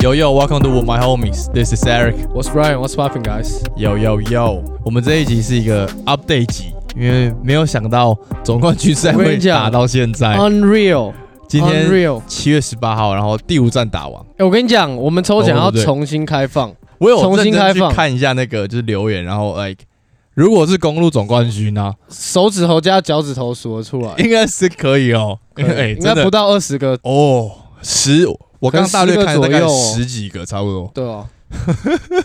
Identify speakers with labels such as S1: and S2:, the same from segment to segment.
S1: Yo yo, welcome to my homies. This is Eric.
S2: What's Brian? What's popping, guys?
S1: Yo yo yo，我们这一集是一个 update 集，因为没有想到总冠军赛
S2: 我跟你
S1: 会打
S2: 讲
S1: 到现在。
S2: Unreal，
S1: 今天
S2: Unreal
S1: 七月十八号，然后第五站打完，
S2: 哎、我跟你讲，我们抽奖
S1: 哦
S2: 要
S1: 对对
S2: 重新开放，
S1: 我有
S2: 重
S1: 认
S2: 新
S1: 真
S2: 开放
S1: 去看一下那个就是留言，然后 like 如果是公路总冠军呢、
S2: 手指头加脚趾头数得出来，
S1: 应该是可以哦，
S2: 哎可以
S1: 哎，
S2: 应该
S1: 真的
S2: 不到二十个，
S1: 哦，十，我刚大略看
S2: 可能
S1: 大
S2: 10个
S1: 概
S2: 左右哦
S1: 十几个差不多，
S2: 对哦、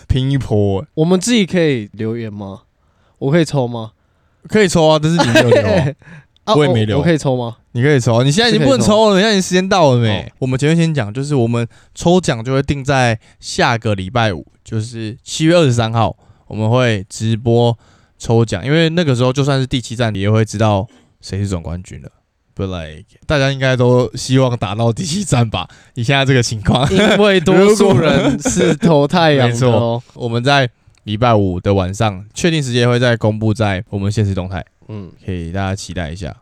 S1: 拼一波哎
S2: 我们自己可以留言吗？我可以抽吗？
S1: 可以抽啊，但是你没 有留啊、
S2: 啊
S1: 我也没留
S2: 我可以抽吗？
S1: 你可以抽，啊你现在已经不能抽了，你现在已经时间到了没？
S2: 哦
S1: 我们前面先讲，就是我们抽奖就会定在下个礼拜五，就是七月二十三号，我们会直播抽奖，因为那个时候就算是第七站，你也会知道谁是总冠军了。But like，大家应该都希望打到第七站吧？以现在这个情况，
S2: 因为多数人是投太阳的哦。
S1: 我们在礼拜五的晚上确定时间会再公布在我们现实动态，
S2: 嗯，
S1: 可以大家期待一下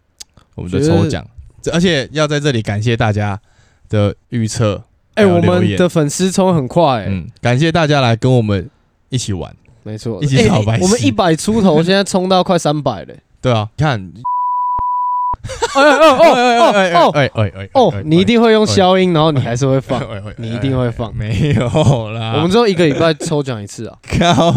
S1: 我们的
S2: 觉得
S1: 抽奖，这而且要在这里感谢大家的预测，
S2: 哎、
S1: 还有
S2: 我
S1: 留
S2: 们
S1: 言
S2: 的粉丝抽很快、哎
S1: 嗯，感谢大家来跟我们一起玩，
S2: 没错，
S1: 一起
S2: 哎
S1: 小白痴
S2: 我们一百出头，现在冲到快三百嘞。
S1: 对啊，你看，哎
S2: 哎哎哦哦哦哦
S1: 哎哎哎
S2: 哦，你一定会用
S1: 哎
S2: 消音，然后你还是会放。
S1: 哎哎哎
S2: 你一定会放
S1: 没有啦，
S2: 我们之后一个礼拜抽奖 一次啊。
S1: 靠。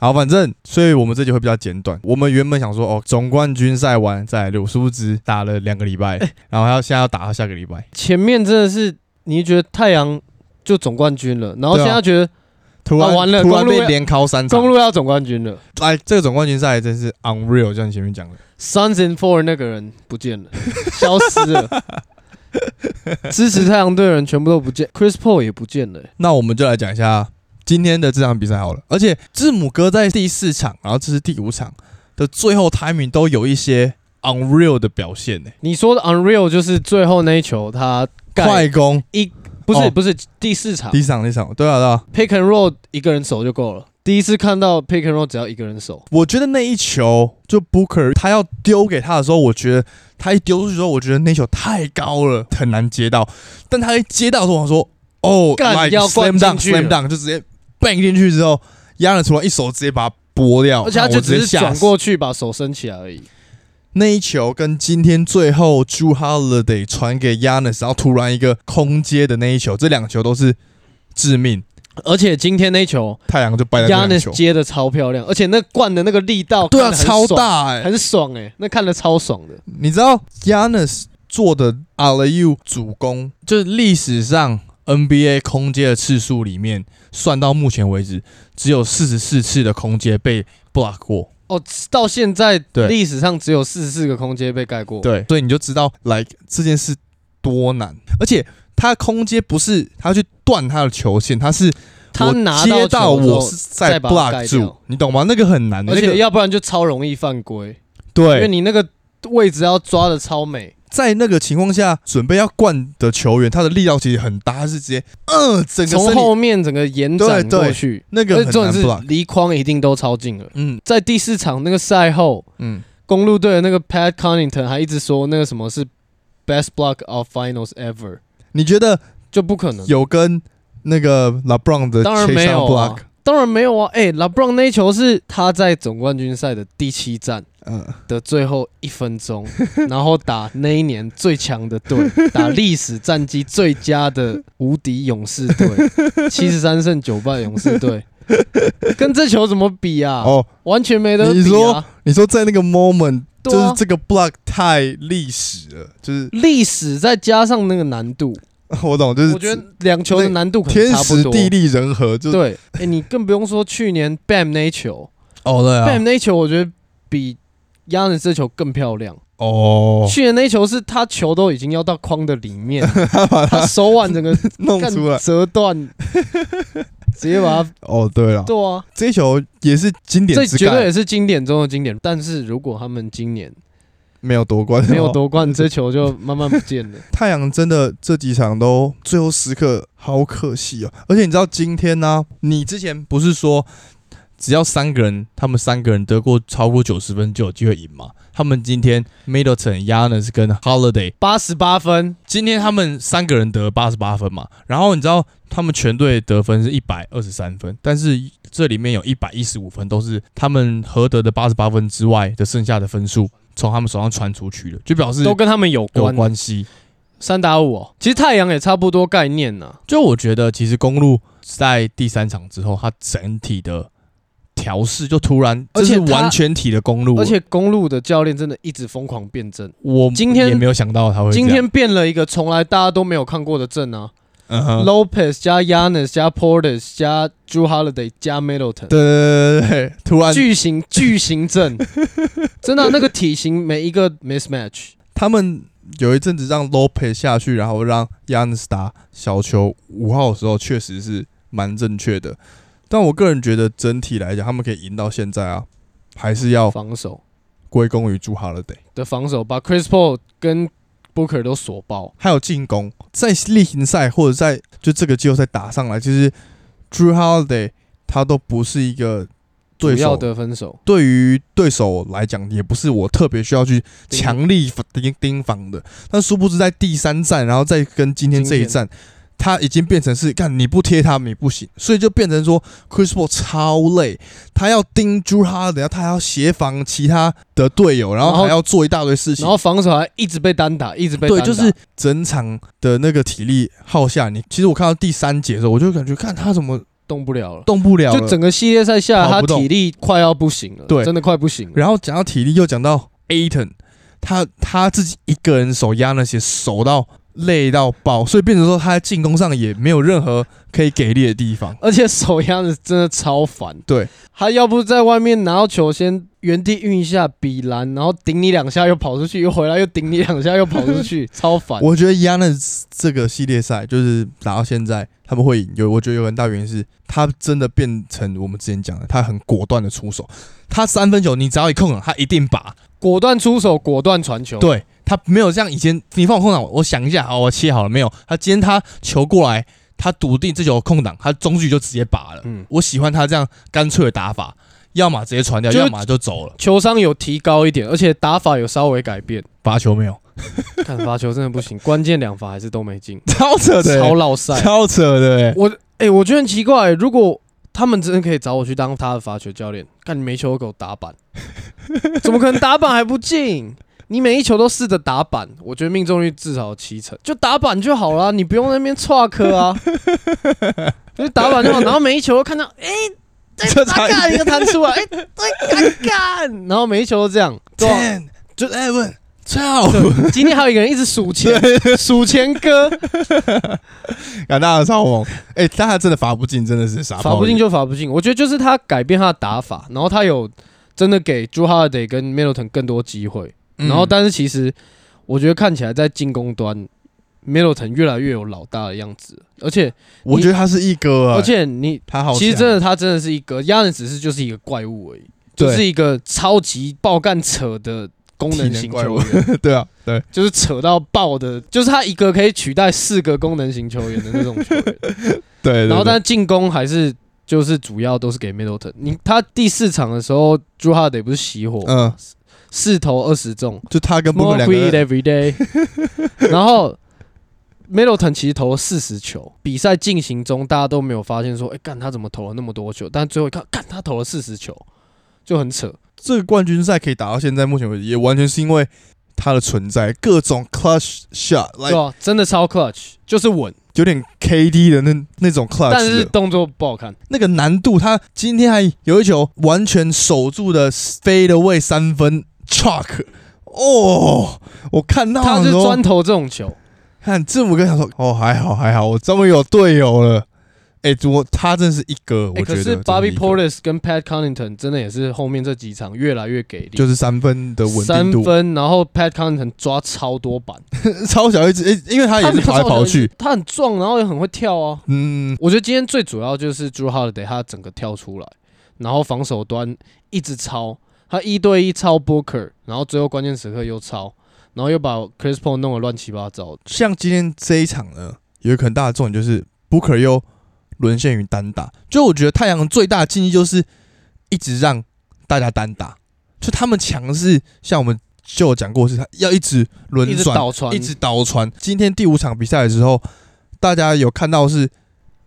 S1: 好，反正，所以我们这集会比较简短。我们原本想说，哦，总冠军赛完再来录，殊不知打了两个礼拜，然后还要现在要打到下个礼拜。
S2: 前面真的是你觉得太阳就总冠军了，然后
S1: 对啊
S2: 现在觉得
S1: 突然、
S2: 啊完了
S1: 突然
S2: 公路
S1: 被
S2: 要
S1: 连敲三场
S2: 公。路要总冠军了
S1: 来，这个总冠军赛真是 unreal，就像你前面讲的，
S2: ，Suns and Four 那个人不 见了，消失了，支持太阳队的人全部都不见，Chris Paul 也不见了、
S1: 那我们就来讲一下今天的这场比赛好了。而且字母哥在第四场，然后这是第五场的最后 timing 都有一些 unreal 的表现呢、
S2: 你说的 Unreal 就是最后那一球他盖，
S1: 快攻
S2: 不是、
S1: 哦
S2: 不是第四场
S1: 第一场，第一场，对啊对啊，
S2: Pick and Roll 一个人守就够了，第一次看到 Pick and Roll 只要一个人守，
S1: 我觉得那一球就 Booker 他要丢给他的时候，我觉得他一丢出去之后，我觉得那球太高了，很难接到。但他一接到的时候，我想说哦，
S2: 干
S1: like
S2: 要
S1: slam
S2: 灌
S1: dunk
S2: 进去
S1: slam
S2: 了
S1: dunk 就直接 bang 进去之后，压了出来一手直接把它拨掉，
S2: 而且他
S1: 看
S2: 就
S1: 我
S2: 只
S1: 直接
S2: 是
S1: 吓
S2: 转
S1: 死
S2: 过去把手伸起来而已。
S1: 那一球跟今天最后 Drew Holiday 传给 Yanis，然后突然一个空接的那一球，这两球都是致命，
S2: 而且今天那球
S1: 太阳就败在这
S2: y a
S1: 两
S2: n
S1: 球。
S2: 接的超漂亮，而且那灌的那个力道，
S1: 对啊，
S2: 看得很
S1: 超
S2: 爽，
S1: 大哎、
S2: 很爽哎、那看的超爽的。
S1: 你知道 Yanis 做的 LU 主攻，就是历史上 NBA 空接的次数里面，算到目前为止，只有四十四次的空接被 block 过。
S2: 哦，到现在
S1: 对
S2: 历史上只有四十四个空接被盖过。，
S1: 对，所以你就知道，like 这件事多难，而且他空接不是他去断他的球线，他是
S2: 他
S1: 我
S2: 拿
S1: 接到
S2: 到球之后
S1: 我是在
S2: 再把它
S1: block
S2: 盖
S1: 住
S2: 掉，
S1: 你懂吗？那个很难，
S2: 而
S1: 那
S2: 且
S1: 个
S2: 要不然就超容易犯规，因为
S1: 对，
S2: 你那个位置要抓的超美。
S1: 在那个情况下，准备要灌的球员，他的力道其实很大，他是直接，嗯、整个
S2: 从
S1: 身体
S2: 后面整个延
S1: 对
S2: 展
S1: 对
S2: 过去，
S1: 那个
S2: 而
S1: 很
S2: 且重
S1: 难
S2: 点是
S1: block，
S2: 离框一定都超近了。
S1: 嗯
S2: 在第四场那个赛后，
S1: 嗯，
S2: 公路队的那个 Pat Connaughton 还一直说那个什么是 best block of finals ever，
S1: 你觉得
S2: 就不可能。
S1: 有跟那个 LeBron 的
S2: 当然没
S1: chase down
S2: 有、啊
S1: 呃 block，，
S2: 当然没有啊！哎、拉布朗那一球是他在总冠军赛的第七战
S1: 嗯、
S2: 的最后一 分钟，然后打那一年最强的队，打历史战绩最佳的无敌勇士 队，七十三胜九败的勇士队，跟这球怎么比啊？
S1: 哦，
S2: 完全没得
S1: 你
S2: 比
S1: 说
S2: 啊！
S1: 你说在那个 moment，、
S2: 对
S1: 就
S2: 啊
S1: 是这个 block 太历史了，就是
S2: 历史再加上那个难度，
S1: 我懂，就是
S2: 我觉得两球的难度可能
S1: 天
S2: 差不
S1: 时
S2: 多。
S1: 地利人和，就
S2: 对，哎、你更不用说去年 Bam 那一球，
S1: 哦对
S2: Bam 那一球，我觉得比 Yanis 这球更漂亮。
S1: 哦，
S2: 去年那一球是他球都已经要到框的 里面，他手腕整个
S1: 弄
S2: 干
S1: 出来
S2: 折 断，直接把它
S1: 哦对了，
S2: 对啊，
S1: 这一球也是经典
S2: 这
S1: 之
S2: 绝对
S1: 盖，
S2: 也是经典中的经典。但是如果他们今年
S1: 没有夺冠，哦
S2: 没有夺冠，这球就慢慢不见 了。
S1: 太阳真的这几场都最后时刻好可惜哦。而且你知道今天呢、你之前不是说只要三个人，他们三个人得过超过九十分就有机会赢吗？他们今天 Middleton、Yanis 跟 Holiday，
S2: 八十八分，
S1: 今天他们三个人得八十八分嘛，然后你知道他们全队得分是一百二十三分，但是这里面有一百一十五分都是他们合得的八十八分之外的剩下的分数从他们手上传出去的，就表示
S2: 都跟他们有
S1: 有
S2: 关。
S1: 关系。
S2: 三打五哦，其实太阳也差不多概念呐、
S1: 就我觉得，其实公路在第三场之后，它整体的调试就突然，
S2: 而
S1: 这
S2: 且
S1: 是
S2: 他
S1: 完全体的公路了。
S2: 而且公路的教练真的一直疯狂变阵，
S1: 我
S2: 今天
S1: 也没有想到他会这
S2: 今
S1: 样
S2: 天变了一个从来大家都没有看过的阵啊、
S1: 嗯哼
S2: l o p e z 加 Yanis 加 Porter 加 Drew Holiday 加 Middleton，
S1: 对啊对对对对，突然
S2: 巨型 巨型阵，真的啊、那个体型每一个 mismatch，
S1: 他们有一阵子让 Lopez 下去，然后让 Yanis 打小球五号的时候，确实是蛮正确的。但我个人觉得，整体来讲，他们可以赢到现在啊，还是要
S2: 防守
S1: 归功于朱哈勒德。
S2: 的防守把 Chris Paul 跟 Booker 都锁爆，
S1: 还有进攻，在例行赛或者在就这个季后赛打上来，其实 Drew Holiday 他都不是一个
S2: 主
S1: 对
S2: 要
S1: 手，
S2: 得分手，
S1: 对于对手来讲，也不是我特别需要去
S2: 盯
S1: 强力盯盯防的。但殊不知在第三战，然后再跟今天这一战，他已经变成是干你不贴他们也不行，所以就变成说 Chris Paul 超累，他要盯 Drew Holiday，他还要协防其他的队友，然
S2: 然
S1: 后
S2: 后
S1: 还要做一大堆事情
S2: 然。后防守还一直被单打，一直被
S1: 对，
S2: 单打，
S1: 就是整场的那个体力耗下，你其实我看到第三节的时候，我就感觉看他怎么
S2: 动不了了。
S1: 动不了了
S2: 就整个系列赛下来，
S1: 跑
S2: 他
S1: 不动
S2: 体力快要不行了，
S1: 对
S2: 真的快不行了。
S1: 然后讲到体力，又讲到 Aton，他他自己一个人手压那些手到累到爆，所以变成说他在进攻上也没有任何可以给力的地方。
S2: 而且手样子真的超烦，
S1: 对，
S2: 他要不在外面拿到球先原地运一下比篮，然后顶你两下又跑出去，又回来又顶你两下又跑 出去，超烦。
S1: 我觉得 Yanis 这个系列赛就是打到现在他们会赢，有我觉得有很大原因是他真的变成我们之前讲的，他很果断的出手，他三分球你只要一空档，他一定拔。
S2: 果断出手，果断传球，
S1: 对他没有像以前，你放我空档，我想一下，好，我切好了没有？他今天他球过来，他笃定这球有空档，他中距就直接拔了。
S2: 嗯
S1: 我喜欢他这样干脆的打法，要么直接传掉，
S2: 就是
S1: 要么就走了。
S2: 球商有提高一点，而且打法有稍微改 变。
S1: 罚球没有，
S2: 看罚球真的不行，关键两罚还是都没进，
S1: 超扯的、
S2: 超
S1: 欸，
S2: 落赛。
S1: 超扯的、欸。
S2: 我哎、我觉得很奇怪、如果他们真的可以找我去当他的罚球教练，看你每球都给我打板，怎么可能打板还不进？你每一球都试着打板，我觉得命中率至少有七成，就打板就好啦，你不用在那边岔科啊， 就打板就好。然后每一球都看到，哎、
S1: 这才
S2: 欸，打干一个弹出来，哎、欸，对，干干，然后每一球都这样，对啊
S1: Ten 就 Evan 超，
S2: 对，今天还有一个人一直数钱，数钱哥，
S1: 感大的超猛。哎、但他真的罚不进，真的是傻
S2: 罚不进
S1: 就
S2: 就罚不进。我觉得就是他改变他的打法，然后他有真的给朱哈德跟 Middleton 更多机会。
S1: 嗯
S2: 然后，但是其实我觉得看起来在进攻端，Middleton 越来越有老大的样子，而且
S1: 我觉得他是一哥、啊，
S2: 而且你
S1: 他好强，
S2: 其实真的他真的是一个亚人，只是就是一个怪物而已，就
S1: 对
S2: 是一个超级爆干扯的。功能型
S1: 体能怪
S2: 球
S1: 物
S2: 员
S1: 对啊，对，
S2: 就是扯到爆的，就是他一个可以取代四个功能型球员的那种球员。
S1: 对对
S2: 然后
S1: 对
S2: 但进攻还是就是主要都是给 Middleton。你他第四场的时候，朱哈德不是熄火，
S1: 嗯，
S2: 四投二十中
S1: 就他跟布克
S2: ，more
S1: 两个
S2: weed
S1: 人
S2: every day。然后 Middleton 其实投了四十球，比赛进行中大家都没有发现说，哎、干他怎么投了那么多球？但最后一看，干他投了四十球，就很扯。
S1: 这个冠军赛可以打到现在目前为止，也完全是因为它的存在，各种 clutch shot，来、
S2: 对啊，真的超 clutch，就是稳，
S1: 有点 KD 的那那种 clutch，
S2: 但是
S1: 啊的
S2: 动作不好看。
S1: 那个难度，他今天还有一球完全守住的飞的位三分 chuck，哦，我看到
S2: 他
S1: 很
S2: 是
S1: 多
S2: 专投这种
S1: 哦
S2: 球，
S1: 看字母哥想说，哦，还好还好，我终于有队友了。哎、我他真是一哥，
S2: 哎、
S1: 我觉
S2: 可
S1: 得
S2: 是
S1: 真的一
S2: Bobby
S1: 哥
S2: Portis 跟 Pat Connaughton 真的也是后面这几场越来越给力，
S1: 就是三分的稳定
S2: 三
S1: 度，
S2: 分，然后 Pat Connaughton 抓超多板，
S1: 超小一只，哎、因为他也
S2: 没
S1: 是
S2: 有
S1: 跑来跑去，，
S2: 他很壮，然后也很会跳啊。
S1: 嗯，
S2: 我觉得今天最主要就是 Drew Holiday 他整个跳出来，然后防守端一直抄，他一对一超 Booker，然后最后关键时刻又超，然后又把 Chris Paul 弄得乱七八糟的。
S1: 像今天这一场呢，有一个很大的重点就是 Booker 又沦陷于单打。就我觉得太阳最大的禁忌就是一直让大家单打，就他们强势，像我们就有讲过，是他要一直轮
S2: 一直
S1: 转，
S2: 倒传，
S1: 一直倒传。今天第五场比赛的时候，大家有看到是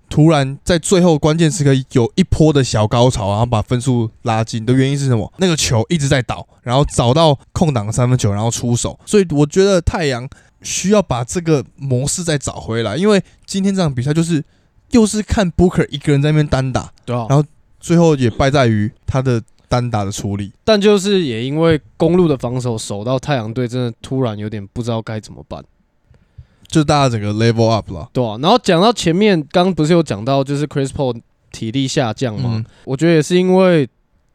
S1: 突然在最后关键时刻有一波的小高潮，然后把分数拉近的原因是什么？那个球一直在倒，然后找到空档的三分球，然后出手。所以我觉得太阳需要把这个模式再找回来，因为今天这场比赛就是又是看 Booker 一个人在那边单打，
S2: 对啊
S1: 然后。最后也败在于他的单打的处理。
S2: 但就是也因为公路的防守守到太阳队，真的突然有点不知道该怎么办。
S1: 就大家整个 level up 了，
S2: 对啊，然后讲到前面，刚刚不是有讲到就是 Chris Paul 体力下降吗？
S1: 嗯
S2: 我觉得也是因为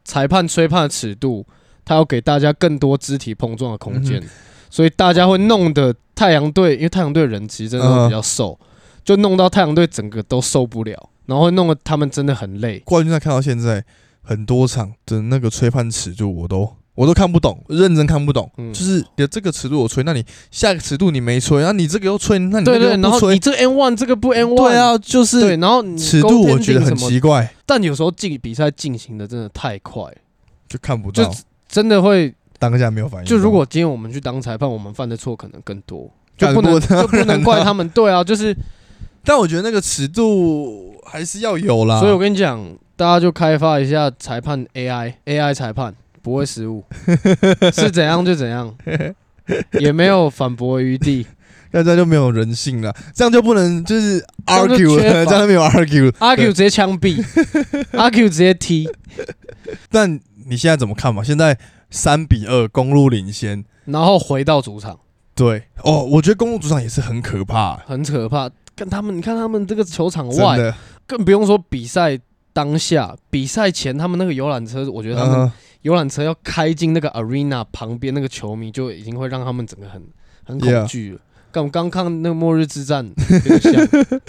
S2: 裁判吹判的尺度，他要给大家更多肢体碰撞的空
S1: 嗯
S2: 间，所以大家会弄得太阳队，因为太阳队人其实真的都比较瘦，
S1: 嗯
S2: 就弄到太阳队整个都受不了，然后会弄得他们真的很累。
S1: 冠军赛看到现在，很多场的那个吹判尺度我都我都看不懂，认真看不懂。
S2: 嗯
S1: 就是你的这个尺度我吹，那你下个尺度你没吹，那啊你这个又吹，那你
S2: 对
S1: 那
S2: 对，
S1: 个
S2: 然
S1: 又不
S2: 后你
S1: 吹。
S2: 这 N one 这个不 N one，
S1: 对，啊，就
S2: 对，
S1: 是
S2: 然后你
S1: 尺度我觉得
S2: goaltending
S1: 很
S2: 什么
S1: 奇怪，
S2: 但有时候进比赛进行的真的太快，
S1: 就看不
S2: 就
S1: 到，
S2: 真的会
S1: 当下没有反应到。
S2: 就如果今天我们去当裁判，我们犯的错可能更多，就
S1: 干
S2: 不能
S1: 我
S2: 就不
S1: 当然
S2: 能
S1: 啊
S2: 怪他 们。对啊，就是
S1: 但我觉得那个尺度还是要有啦。
S2: 所以我跟你讲，大家就开发一下裁判 AI，AI 裁判不会失 误，是怎样就怎样，也没有反驳余地。
S1: 大家就没有人性了，这样就不能就是
S2: 样就
S1: argue
S2: 缺乏
S1: 了，这样就没有 argue 了。
S2: 阿 Q 直接枪毙，阿 Q 直接踢，
S1: 但你现在怎么看嘛？现在三比二公路领先，
S2: 然后回到主场，
S1: 对哦，我觉得公路主场也是很可怕、
S2: 很可怕。看他们，你看他们这个球场
S1: 真
S2: 外，
S1: 的。
S2: 更不用说比赛当下，比赛前他们那个游览车，我觉得他们
S1: 嗯
S2: 游览车要开进那个 arena 旁边，那个球迷就已经会让他们整个很很
S1: Yeah
S2: 恐惧了。干我刚看那个《末日之战》有点像，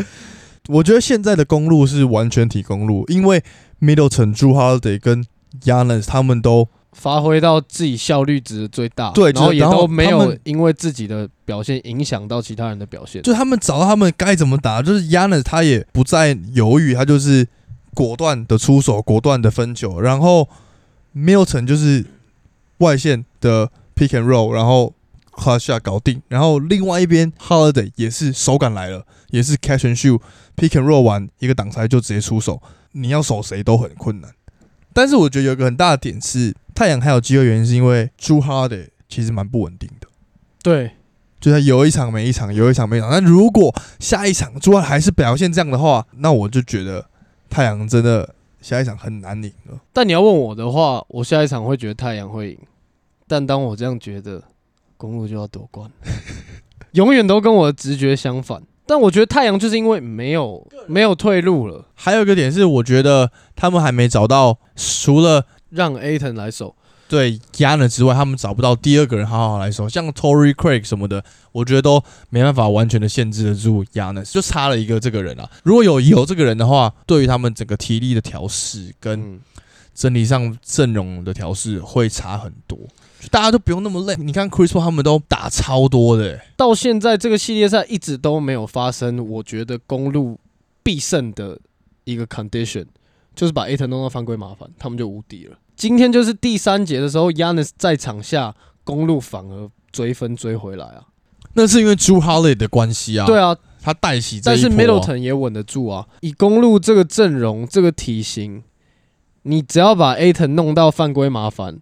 S1: 我觉得现在的公路是完全体公路，因为 Middleton、Drew Holiday 跟 Yanis 他们都
S2: 发挥到自己效率值最大，
S1: 对
S2: 然后
S1: 就是
S2: 也
S1: 然后
S2: 都没
S1: 他
S2: 有
S1: 们
S2: 因为自己的表现影响到其他人的表现。
S1: 就他们找到他们该怎么打，就是 Yanis 他也不再犹豫，他就是果断的出手，果断的分球，然后 Middleton 就是外线的 pick and roll，然后 clutch shot 搞定，然后另外一边 Holiday 也是手感来了，也是 catch and shoot pick and roll 完一个挡拆就直接出手，你要守谁都很困难。但是我觉得有一个很大的点是，太阳还有机会，原因是因为 Drew Holiday 其实蛮不稳定的，
S2: 对，
S1: 就他有一场没一场，有一场没一场。但如果下一场 Drew Holiday 还是表现这样的话，那我就觉得太阳真的下一场很难赢了。
S2: 但你要问我的话，我下一场会觉得太阳会赢，但当我这样觉得，公路就要夺冠， 永远都跟我的直觉相反。但我觉得太阳就是因为没有没有退路了，
S1: 还有一个点是，我觉得他们还没找到除了
S2: 让 Aton 来守。
S1: 对 y a n a 之外，他们找不到第二个人好好来守，像 Tory Craig 什么的，我觉得都没办法完全的限制得住 y a n a 就差了一个这个人啊。如果有有这个人的话，对于他们整个体力的调试跟
S2: 嗯，
S1: 整体上阵容的调试会差很多，就大家都不用那么累。你看 Chris Paul 他们都打超多的、欸
S2: 到现在这个系列赛一直都没有发生，我觉得公路必胜的一个 condition，就是把 Aton 弄到犯规麻烦，他们就无敌了。今天就是第三节的时候，Yanis 在场下，公路反而追分追回来啊。
S1: 那是因为 Drew Holiday 的关系啊，
S2: 对，啊，
S1: 他带起这
S2: 但
S1: 一
S2: 是
S1: 波、啊。
S2: Middleton 也稳得住啊。以公路这个阵容、这个体型，你只要把 Aton 弄到犯规麻烦，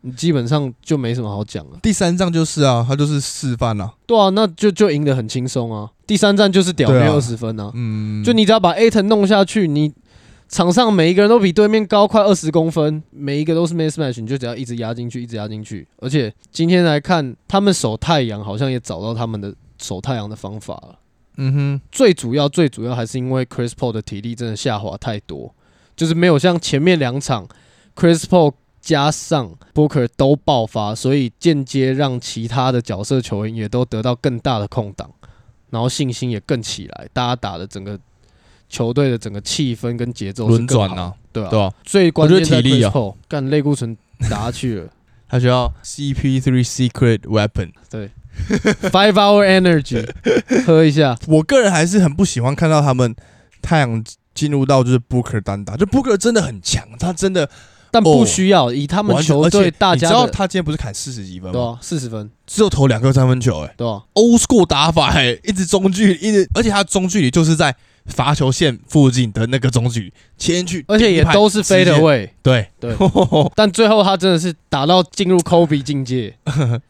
S2: 你基本上就没什么好讲了。
S1: 第三仗就是啊，他就是示范啊，
S2: 对啊，那就就赢得很轻松啊。第三站就是屌
S1: 对啊
S2: 没二十分啊，
S1: 嗯，
S2: 就你只要把 Aton 弄下去，你场上每一个人都比对面高快二十公分，每一个都是 mismatch，你就只要一直压进去，一直压进去。而且今天来看，他们守太阳好像也找到他们的守太阳的方法了。
S1: 嗯哼。
S2: 最主要最主要还是因为 Chris Paul 的体力真的下滑太多，就是没有像前面两场 Chris Paul 加上 Booker 都爆发，所以间接让其他的角色球员也都得到更大的空档，然后信心也更起来，大家打的整个球队的整个气氛跟节奏是
S1: 轮
S2: 更好
S1: 转，啊，
S2: 对吧、
S1: 对吧、
S2: 最关
S1: 我
S2: 键
S1: 觉得体力啊
S2: 在 Chris Paul，干类固醇打下去了。
S1: 他需要 CP3 Secret Weapon。
S2: 对，Five Hour Energy，喝一下。
S1: 我个人还是很不喜欢看到他们太阳进入到就是 Booker 单打，就 Booker 真的很强，他真的
S2: 但不需要以他们
S1: 哦完全
S2: 球
S1: 而且
S2: 队大家
S1: 你知道
S2: 的
S1: 他今天不是砍四十几分
S2: 对
S1: 吗？
S2: 啊，四十分
S1: 只有投两颗三分球、哎
S2: 对啊，
S1: ，old school 打法、哎，一直中距离，一直，而且他中距离就是在罚球线附近的那个中距离切进去，
S2: 而且
S1: 第
S2: 也
S1: 一排
S2: 都是
S1: 直接
S2: fade away。
S1: 对
S2: 对
S1: 对
S2: 但最后他真的是打到进入 Kobe 境界，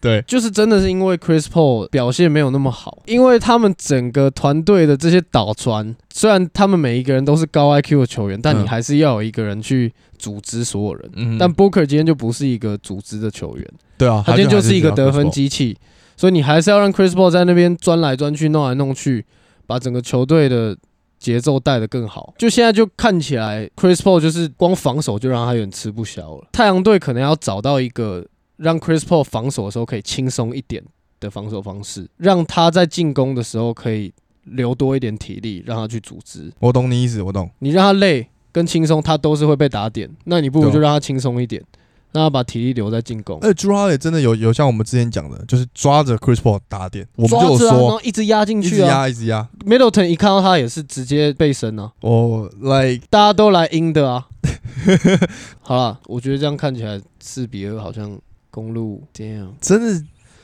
S1: 对，
S2: 就是真的是因为 Chris Paul 表现没有那么好，因为他们整个团队的这些导传，虽然他们每一个人都是高 IQ 的球员，但
S1: 嗯
S2: 你还是要有一个人去组织所有人。
S1: 嗯，
S2: 但 Booker 今天就不是一个组织的球员，
S1: 对啊，
S2: 他今天就是一个得分
S1: 机，
S2: 机器，所以你还是要让 Chris Paul 在那边钻来钻去、弄来弄去，把整个球队的节奏带得更好。就现在就看起来，Chris Paul 就是光防守就让他有点吃不消了。太阳队可能要找到一个让 Chris Paul 防守的时候可以轻松一点的防守方式，让他在进攻的时候可以留多一点体力，让他去组织。
S1: 我懂你意思，我懂。
S2: 你让他累跟轻松，他都是会被打点。那你不如
S1: 对啊
S2: 就让他轻松一点，让他把体力留在进攻。
S1: 而且 Drew Holiday 哎真的有有像我们之前讲的，就是抓着 Chris Paul 打点，我们
S2: 抓
S1: 就有
S2: 着啊，然
S1: 说
S2: 后一直压进
S1: 一直
S2: 去啊。
S1: 压一直压，
S2: Middleton 一看到他也是直接背身啊，
S1: 哦，like
S2: 大家都来阴 的啊。好啦，我觉得这样看起来四比二好像公路 damn
S1: 真的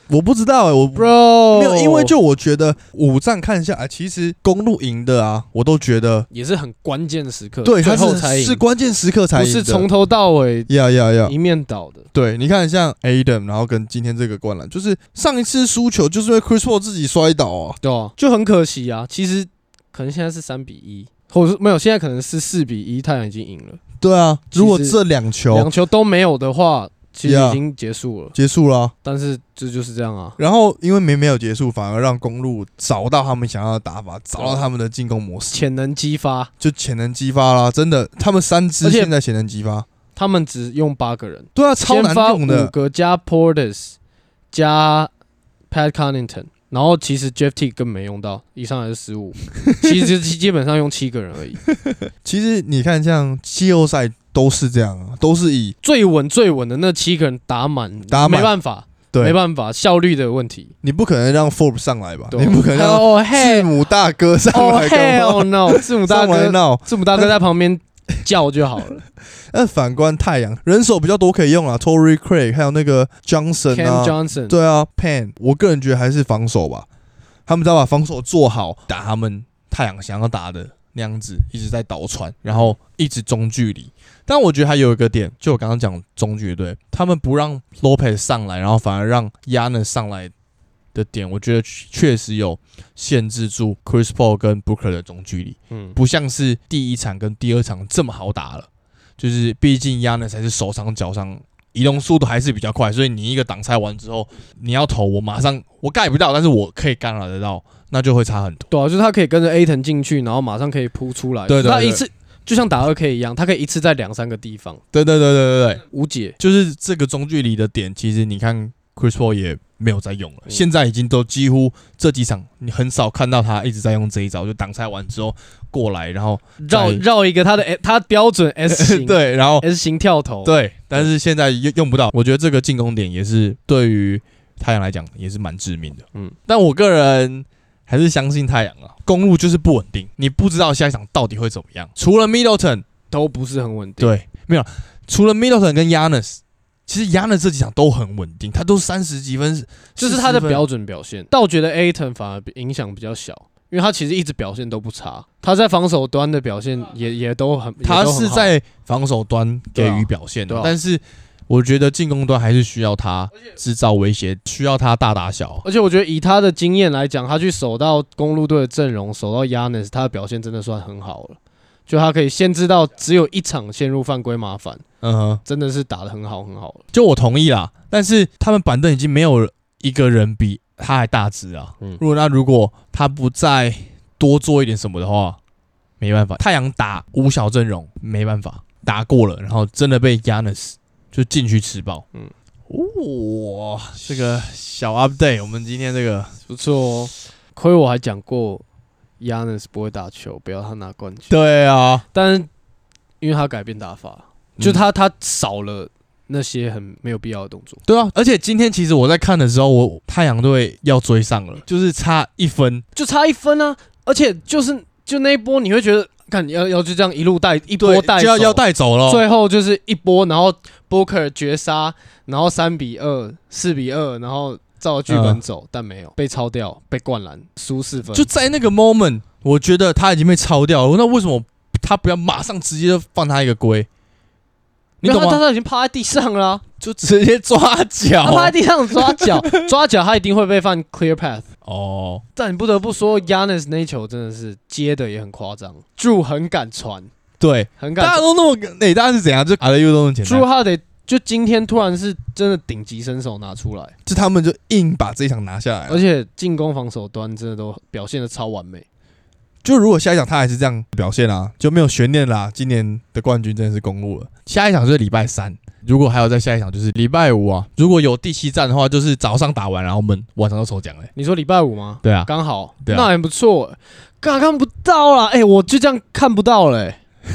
S1: 我不知道哎、我
S2: bro
S1: 没有，因为就我觉得五战看下来，其实公路赢的啊，我都觉得
S2: 也是很关键的时刻，
S1: 对，他
S2: 最后才
S1: 是
S2: 赢，
S1: 是关键时刻才
S2: 不
S1: 赢的，
S2: 是从头到尾
S1: 呀呀呀，
S2: 一面倒的。
S1: 对，你看像 Adam，然后跟今天这个灌篮，就是上一次输球就是因为 Chris Paul 自己摔倒啊，
S2: 对啊，就很可惜啊。其实可能现在是三比一，或者是没有，现在可能是四比一，太阳已经赢了，
S1: 对啊，
S2: 其实
S1: 如果这两球
S2: 两球都没有的话，其实
S1: Yeah
S2: 已经结束了。
S1: 结束了啊、
S2: 但是这就是这样啊。
S1: 然后因为没没有结束，反而让公路找到他们想要的打法，找到他们的进攻模式，
S2: 潜能激发，
S1: 就潜能激发啦。真的，他们三支
S2: 而且
S1: 现在潜能激发，
S2: 他们只用八个人，
S1: 对啊，超
S2: 先
S1: 难
S2: 发
S1: 用
S2: 五
S1: 的。
S2: 个加 Portis 加 Pat Connaughton，然后其实 Jeff T 根本没用到，一上来就 失误，其实基本上用七个人而已。
S1: 其实你看，像季后赛都是这样啊，都是以
S2: 最稳最稳的那七个人打满，
S1: 打满
S2: 没办法，没
S1: 对，
S2: 办法，效率的问题。
S1: 你不可能让 Forbes 上来吧？
S2: 对
S1: 你不可能让
S2: 哦
S1: 字
S2: 嘿，
S1: 母 Oh 大哥上
S2: 哦
S1: 来
S2: 嘿，
S1: 干嘛？
S2: 哦 no，字母大
S1: 上来
S2: 哥，
S1: 闹。
S2: 字母大哥在旁边叫就好 了。
S1: 那哎反观太阳，人手比较多可以用啊 t o r y Craig 还有那个 Johnson
S2: Cam
S1: 啊，
S2: Johnson，
S1: 对啊，Pan，我个人觉得还是防守吧，他们只要把防守做好，打他们太阳想要打的那样子，一直在倒传，然后一直中距离。但我觉得还有一个点，就我刚刚讲中距离，对他们不让 Lopez 上来，然后反而让 Yanis 上来的点，我觉得确实有限制住 Chris Paul 跟 Booker 的中距离。
S2: 嗯，
S1: 不像是第一场跟第二场这么好打了。就是毕竟亚呢才是手上脚上移动速度还是比较快，所以你一个挡拆完之后，你要投我马上我盖不到，但是我可以干扰得到，那就会差很多。
S2: 对啊，就是他可以跟着 A 腾进去，然后马上可以扑出来。
S1: 对对
S2: 他
S1: 对
S2: 一次就像打二 K 一样，他可以一次在两三个地方。
S1: 对对对对对对，
S2: 无解，
S1: 就是这个中距离的点，其实你看 Chris Paul 也没有在用了，
S2: 嗯
S1: 现在已经都几乎这几场你很少看到他一直在用这一招，就挡拆完之后过来，然 后
S2: 绕
S1: 在
S2: 绕一个他的 S- 他标准 S 型
S1: 对，然后
S2: S 型跳投，
S1: 对，但是现在用用不到，我觉得这个进攻点也是对于太阳来讲也是蛮致命的。嗯
S2: 嗯，
S1: 但我个人还是相信太阳啊，公路就是不稳定，你不知道下一场到底会怎么样。除了 Middleton，
S2: 都不是很稳定。
S1: 对，没有，除了 Middleton 跟 Yanis，其实 Yanis 这几场都很稳定，他都是三十几分，
S2: 就是他的
S1: 40
S2: 标准表现。但我觉得 A 腾反而影响比较小，因为他其实一直表现都不差，他在防守端的表现也也都很，
S1: 分，他
S2: 也都很
S1: 是
S2: 好
S1: 在防守端给
S2: 对啊
S1: 予表现的，
S2: 对啊
S1: 但是我觉得进攻端还是需要他制造威胁，需要他大打小。
S2: 而且我觉得以他的经验来讲，他去守到公路队的阵容，守到 Yanis，他的表现真的算很好了。就他可以限制到只有一场陷入犯规麻烦，
S1: 嗯哼。
S2: 真的是打得很好很好了。
S1: 就我同意啦，但是他们板凳已经没有一个人比他还大只啊。
S2: 嗯
S1: 如果那如果他不再多做一点什么的话，没办法。太阳打五小阵容没办法打过了，然后真的被 Yanis 就进去吃爆。嗯
S2: 嗯，
S1: 哇、这个小 update，我们今天这个
S2: 不错哦。亏我还讲过，Yanis 不会打球，不要他拿冠军。
S1: 对啊，
S2: 但是因为他改变打法，
S1: 嗯
S2: 就他他少了那些很没有必要的动作。
S1: 对啊，而且今天其实我在看的时候，我太阳队要追上了，就是差一分。
S2: 就差一分啊！而且就是就那一波，你会觉得，看要要就这样一路带一波
S1: 对，
S2: 带
S1: 就要
S2: 走
S1: 要，带走了。
S2: 最后就是一波，然后 Booker 绝杀，然后三比二、四比二，然后照剧本走，但没有被抄掉，被灌篮，输四分。
S1: 嗯就在那个 moment，我觉得他已经被超掉了。那为什么他不要马上直接就放他一个龟？你
S2: 没有
S1: 懂
S2: 他
S1: 吗？
S2: 他已经趴在地上了啊、
S1: 就直接抓
S2: 他趴在
S1: 脚。
S2: 地上哦抓脚，抓脚他一定会被犯 clear path。
S1: 哦，
S2: 但你不得不说，Yanis 那一球真的是接的也很夸张，住很敢传，
S1: 对，
S2: 很敢
S1: 大家都
S2: 传。
S1: 那么，哎、大家是怎样？就阿德又都那么简
S2: 住
S1: 单，
S2: 他得就今天突然是真的顶级身手拿出来。
S1: 就他们就硬把这一场拿下来了
S2: 而。且进攻防守端真的都表现的超完美。
S1: 就如果下一场他还是这样表现啊，就没有悬念啦、今年的冠军真的是公路了。下一场就是礼拜三，如果还有再下一场就是礼拜五啊。如果有第七站的话，就是早上打完，然后我们晚上就抽奖嘞、
S2: 你说礼拜五吗？
S1: 对啊，
S2: 刚好，
S1: 对啊
S2: 那还不错。刚看不到啦，哎、我就这样看不到嘞、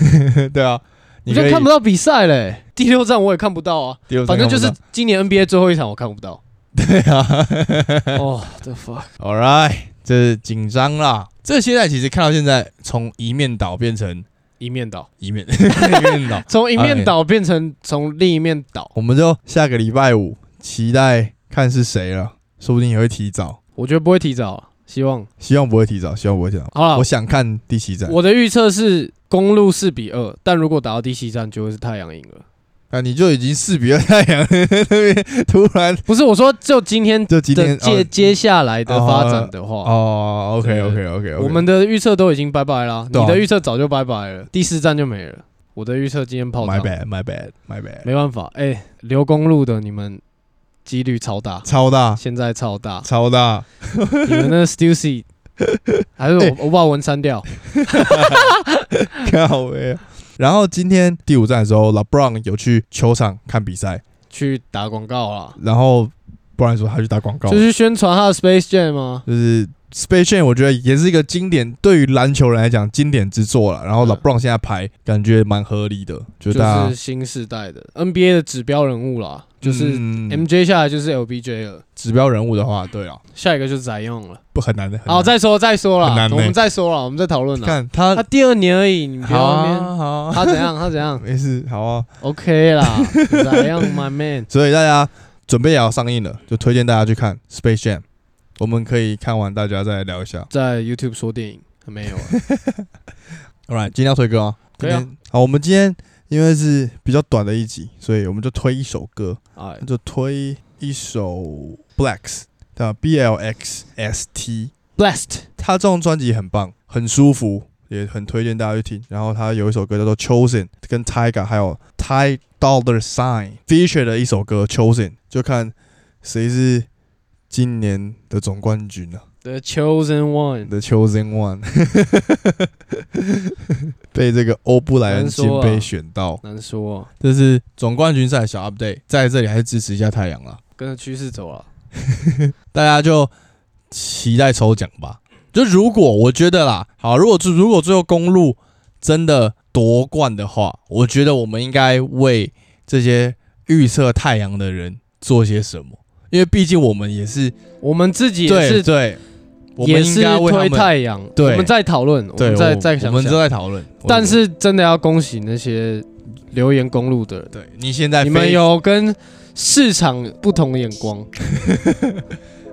S1: 对啊，
S2: 你
S1: 你
S2: 就
S1: 可以
S2: 看不到比赛嘞、第六站我也看不到啊，
S1: 第六站
S2: 反正
S1: 看不
S2: 就
S1: 到
S2: 是今年 NBA 最后一场我看不到。
S1: 对啊。
S2: 哦，这 fuck，
S1: All right，这紧张啦。这现在其实看到现在，从一面倒变成
S2: 一面倒，
S1: 一面 一面倒，
S2: 从一面倒变成从另一面倒，
S1: 我们就下个礼拜五期待看是谁了，说不定也会提早，
S2: 我觉得不会提早啊，希望
S1: 希望不会提早，希望不会提早。
S2: 好了
S1: 我。想看第七站，
S2: 啊我的预测是公路四比二，但如果打到第七站就会是太阳赢了。
S1: 啊，你就已经四比二太阳那边 突然
S2: 不是我说，就今天
S1: 就今
S2: 的
S1: 天
S2: 接接下来的发展的
S1: 哦
S2: 话，
S1: 哦，OK OK OK，
S2: 我们的预测都已经拜拜啦，
S1: 对啊
S2: 你的预测早就拜拜了，第四站就没了。我的预测今天泡
S1: my
S2: 汤，
S1: bad my bad my bad，
S2: 没办法，哎、刘公路的你们几率超大，
S1: 超大，
S2: 现在超大
S1: 超 大，
S2: 你们那 Stussy 还是我、
S1: 哎
S2: 我把文删掉，
S1: 靠喂。然后今天第五站的时候，LeBron 有去球场看比赛，
S2: 去打广告啦，
S1: 然后不然说他去打广告，
S2: 就
S1: 就是
S2: 是宣传他的 Space Jam 啊吗？
S1: 是 Space Jam，我觉得也是一个经典，对于篮球人来讲经典之作了。然后
S2: 嗯
S1: LeBron 现在排感觉蛮合理的，就
S2: 就
S1: 大
S2: 是
S1: 家
S2: 新时代的 NBA 的指标人物啦，就是
S1: 嗯
S2: MJ 下来就是 LBJ 了，
S1: 指标人物的话，对啊，
S2: 下一个就是宰用了。
S1: 不很难的。很
S2: 好，
S1: 难
S2: 再说再说啦
S1: 很，难
S2: 我
S1: 呢
S2: 们再说啦，我们再讨论啦。
S1: 看他
S2: 他第二年而已，你不
S1: 好
S2: 要那边
S1: 啊好啊，
S2: 他怎样？他怎样
S1: 没事，好啊。
S2: ？OK 啦，怎样，my man？
S1: 所以大家准备也要上映了，就推荐大家去看《Space Jam》，我们可以看完大家再聊一下。
S2: 在 YouTube 说电影没有啊？
S1: Alright，今天要推歌啊，
S2: 可以啊
S1: 今天好，我们今天因为是比较短的一集，所以我们就推一首歌，
S2: 哎
S1: 那，就推一首 Blacks 的 B L X S T。
S2: Blessed
S1: 他这张专辑很棒，很舒服，也很推荐大家去听。然后他有一首歌叫做《Chosen》，跟 Tiger 还有 Ty Dollar Sign feature 的一首歌《Chosen》，就看谁是今年的总冠军了、
S2: The Chosen One，
S1: The Chosen One，被这个欧布莱恩金杯选到，
S2: 难说、啊，
S1: 啊这是总冠军赛小 update，在这里还是支持一下太阳啊啦。
S2: 跟着趋势走了。
S1: 大家就期待抽奖吧。就如果我觉得啦，好，如果最如果最后公路真的夺冠的话，我觉得我们应该为这些预测太阳的人做些什么，因为毕竟我们也是
S2: 我们自己也
S1: 对
S2: 是
S1: 对，我
S2: 也
S1: 们应
S2: 是
S1: 该为他
S2: 推
S1: 们
S2: 太阳，
S1: 对
S2: 我们再讨论，我
S1: 对，
S2: 们再
S1: 我
S2: 再想
S1: 我们
S2: 想
S1: 都在讨论，
S2: 但是真的要恭喜那些留言公路的人，
S1: 对你现在
S2: 你们
S1: 哎非
S2: 有跟市场不同的眼光，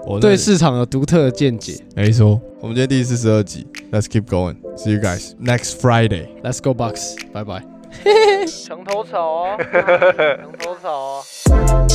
S1: 我在
S2: 对市场有独特的见解。
S1: 没错，我们今天第四十二集，Let's keep going，see you guys next Friday。
S2: Let's go Bucks，拜拜。墙头草啊，墙头草啊。